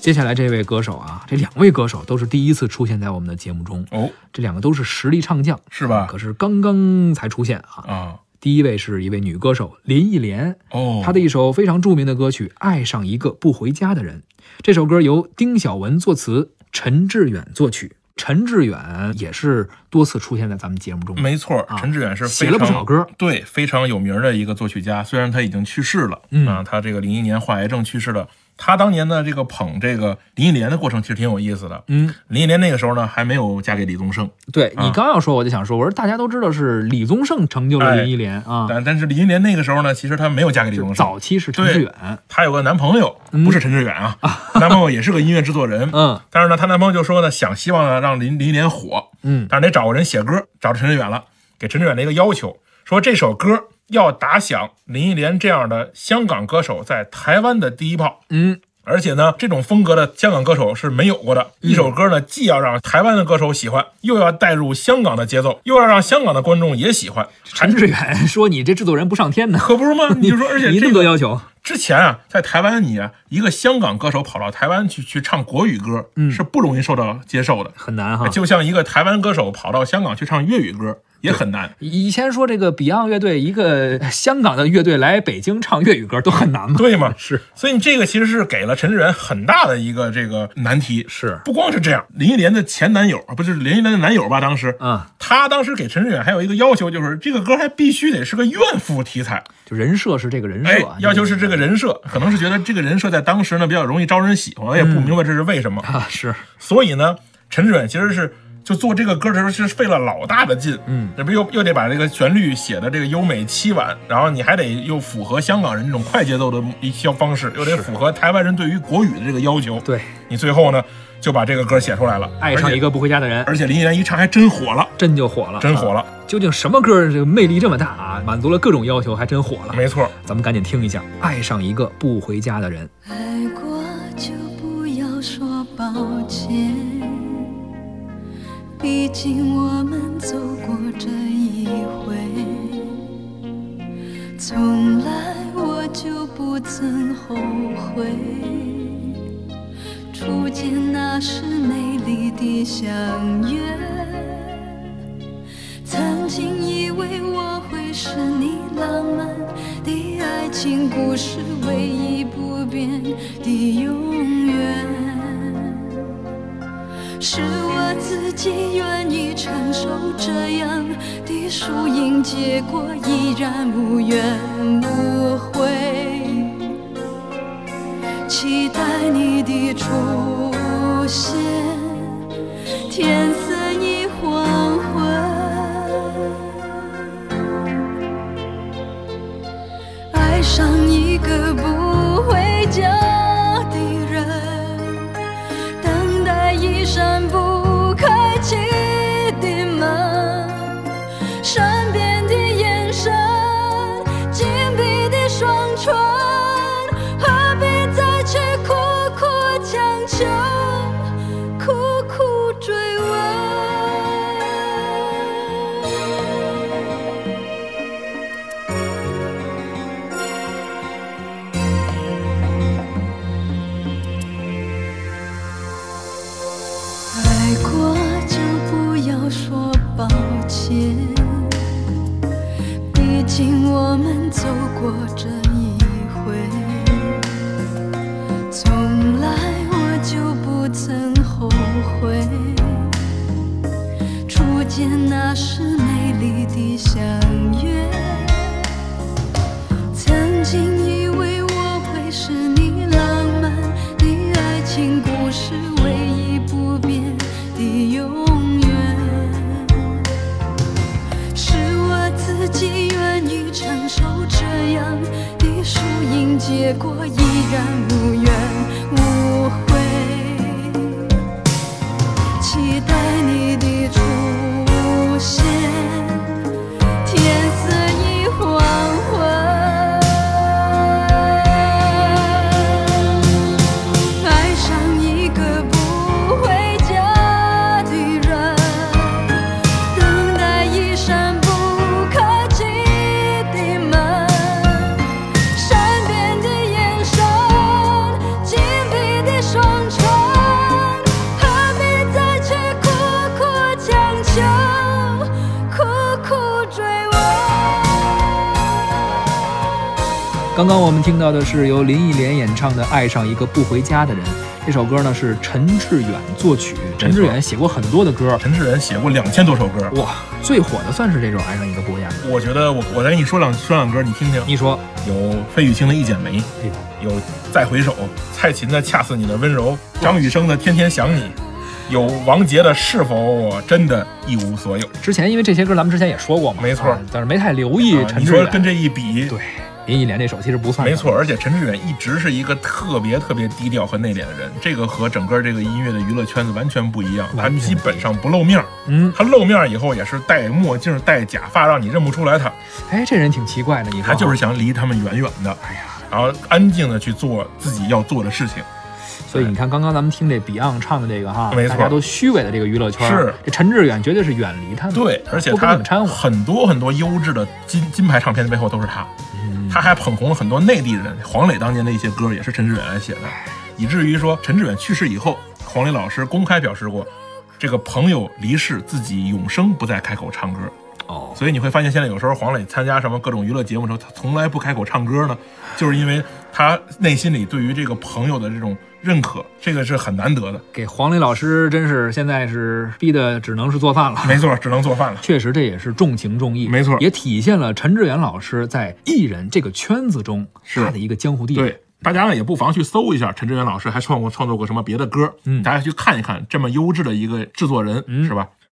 接下来这位歌手啊，这两位歌手都是第一次出现在我们的节目中，哦，这两个都是实力唱将，是吧可是刚刚才出现啊。啊，第一位是一位女歌手林忆莲，哦，她的一首非常著名的歌曲《爱上一个不回家的人》，这首歌由丁晓文作词，陈志远作曲。陈志远也是多次出现在咱们节目中，没错啊，陈志远是非写了不常少歌，对，非常有名的一个作曲家。虽然他已经去世了，嗯啊，他这个零一年患癌症去世了。他当年的这个捧这个林忆莲的过程其实挺有意思的。嗯，林忆莲那个时候呢，还没有嫁给李宗盛，对啊你刚要说，我就想说，我说大家都知道是李宗盛成就了哎林忆莲啊，但但是林忆莲那个时候呢，其实她没有嫁给李宗盛，早期是陈志远，她有个男朋友，不是陈志远 啊，男朋友也是个音乐制作人。嗯但是呢，她男朋友就说呢，想希望呢让林林忆莲火，嗯，但是得找个人写歌，找陈志远了，给陈志远了一个要求，说这首歌要打响林忆莲这样的香港歌手在台湾的第一炮。嗯，而且呢，这种风格的香港歌手是没有过的。嗯一首歌呢，既要让台湾的歌手喜欢，又要带入香港的节奏，又要让香港的观众也喜欢，还陈志远 说你这制作人不上天呢，可不是吗？你就说，而且你那这么个多要求，之前啊，在台湾你啊，一个香港歌手跑到台湾去去唱国语歌，嗯是不容易受到接受的。很难哈。就像一个台湾歌手跑到香港去唱粤语歌也很难。以前说这个 Beyond 乐队，一个香港的乐队来北京唱粤语歌都很难嘛， 对吗？是，所以你这个其实是给了陈志远很大的一个这个难题。是不光是这样，林忆莲的前男友啊，不是林忆莲的男友吧？当时，嗯，他当时给陈志远还有一个要求，就是这个歌还必须得是个怨妇题材。就人设是这个人哎设啊，，要求是这个人设，可能是觉得这个人设在当时呢比较容易招人喜欢，我也不明白这是为什么。啊，是所以呢，陈志远其实是就做这个歌的时候是费了老大的劲，嗯，这不又又得把这个旋律写的这个优美凄婉，然后你还得又符合香港人这种快节奏的一些方式，又得符合台湾人对于国语的这个要求，对，你最后呢就把这个歌写出来了，爱上一个，个不回家的人，而且林忆莲一唱还真火了，真就火了，真火了。了，究竟什么歌这个魅力这么大啊？满足了各种要求，还真火了。没错，咱们赶紧听一下《爱上一个不回家的人》。爱过就不要说抱歉，毕竟我们走过这一回。从来我就不曾后悔，初见那时美丽的相约。曾经以为我会是你浪漫的爱情故事唯一不变的永远，是我自己愿意承受这样的输赢，结果依然无怨无悔，期待你的出现。天色已黄昏，爱上一个不回家的人，等待一扇不开启的门，善变的眼神，紧闭的双唇，何必再去苦苦强求？苦苦追问。爱过就不要说抱歉，毕竟我们走过这一回。从来我就不刚刚我们听到的是由林忆莲演唱的《爱上一个不回家的人》，这首歌呢是陈志远作曲。陈志远写过很多的歌，陈志远写过两千多首歌，哇，最火的算是这首《爱上一个不回家的人》。我觉得我我再给你说两说两歌，你听听。你说，有费玉清的《一剪梅》，哎呦，有《再回首》，蔡琴的《恰似你的温柔》，张雨生的《天天想你》，有王杰的《是否我真的一无所有》。之前因为这些歌咱们之前也说过嘛，没错啊但是没太留意啊陈你志远。说跟这一比，对啊林忆莲这首其实不算，没错，。而且陈志远一直是一个特别特别低调和内敛的人，这个和整个这个音乐的娱乐圈子完全不一样。他完全不一样基本上不露面儿，嗯，他露面儿以后也是戴墨镜、戴假发，让你认不出来他。哎，这人挺奇怪的，你他说就是想离他们远远的，哎呀，然后安静的去做自己要做的事情。所以你看，刚刚咱们听这 Beyond 唱的这个哈，没错大家都虚伪的这个娱乐圈，是这陈志远绝对是远离他们， 对，而且不跟他他们掺和。很多很多优质的金金牌唱片的背后都是他，嗯他还捧红了很多内地人。黄磊当年的一些歌也是陈志远来写的，以至于说陈志远去世以后，黄磊老师公开表示过，这个朋友离世，自己永生不再开口唱歌。哦，所以你会发现，现在有时候黄磊参加什么各种娱乐节目的时候，他从来不开口唱歌呢，就是因为他内心里对于这个朋友的这种认可，这个是很难得的。给黄磊老师真是现在是逼的只能是做饭了。没错，只能做饭了。确实，这也是重情重义，没错也体现了陈志远老师在艺人这个圈子中是他的一个江湖地位。对，大家呢也不妨去搜一下陈志远老师还创过创作过什么别的歌，嗯大家去看一看这么优质的一个制作人，嗯是吧？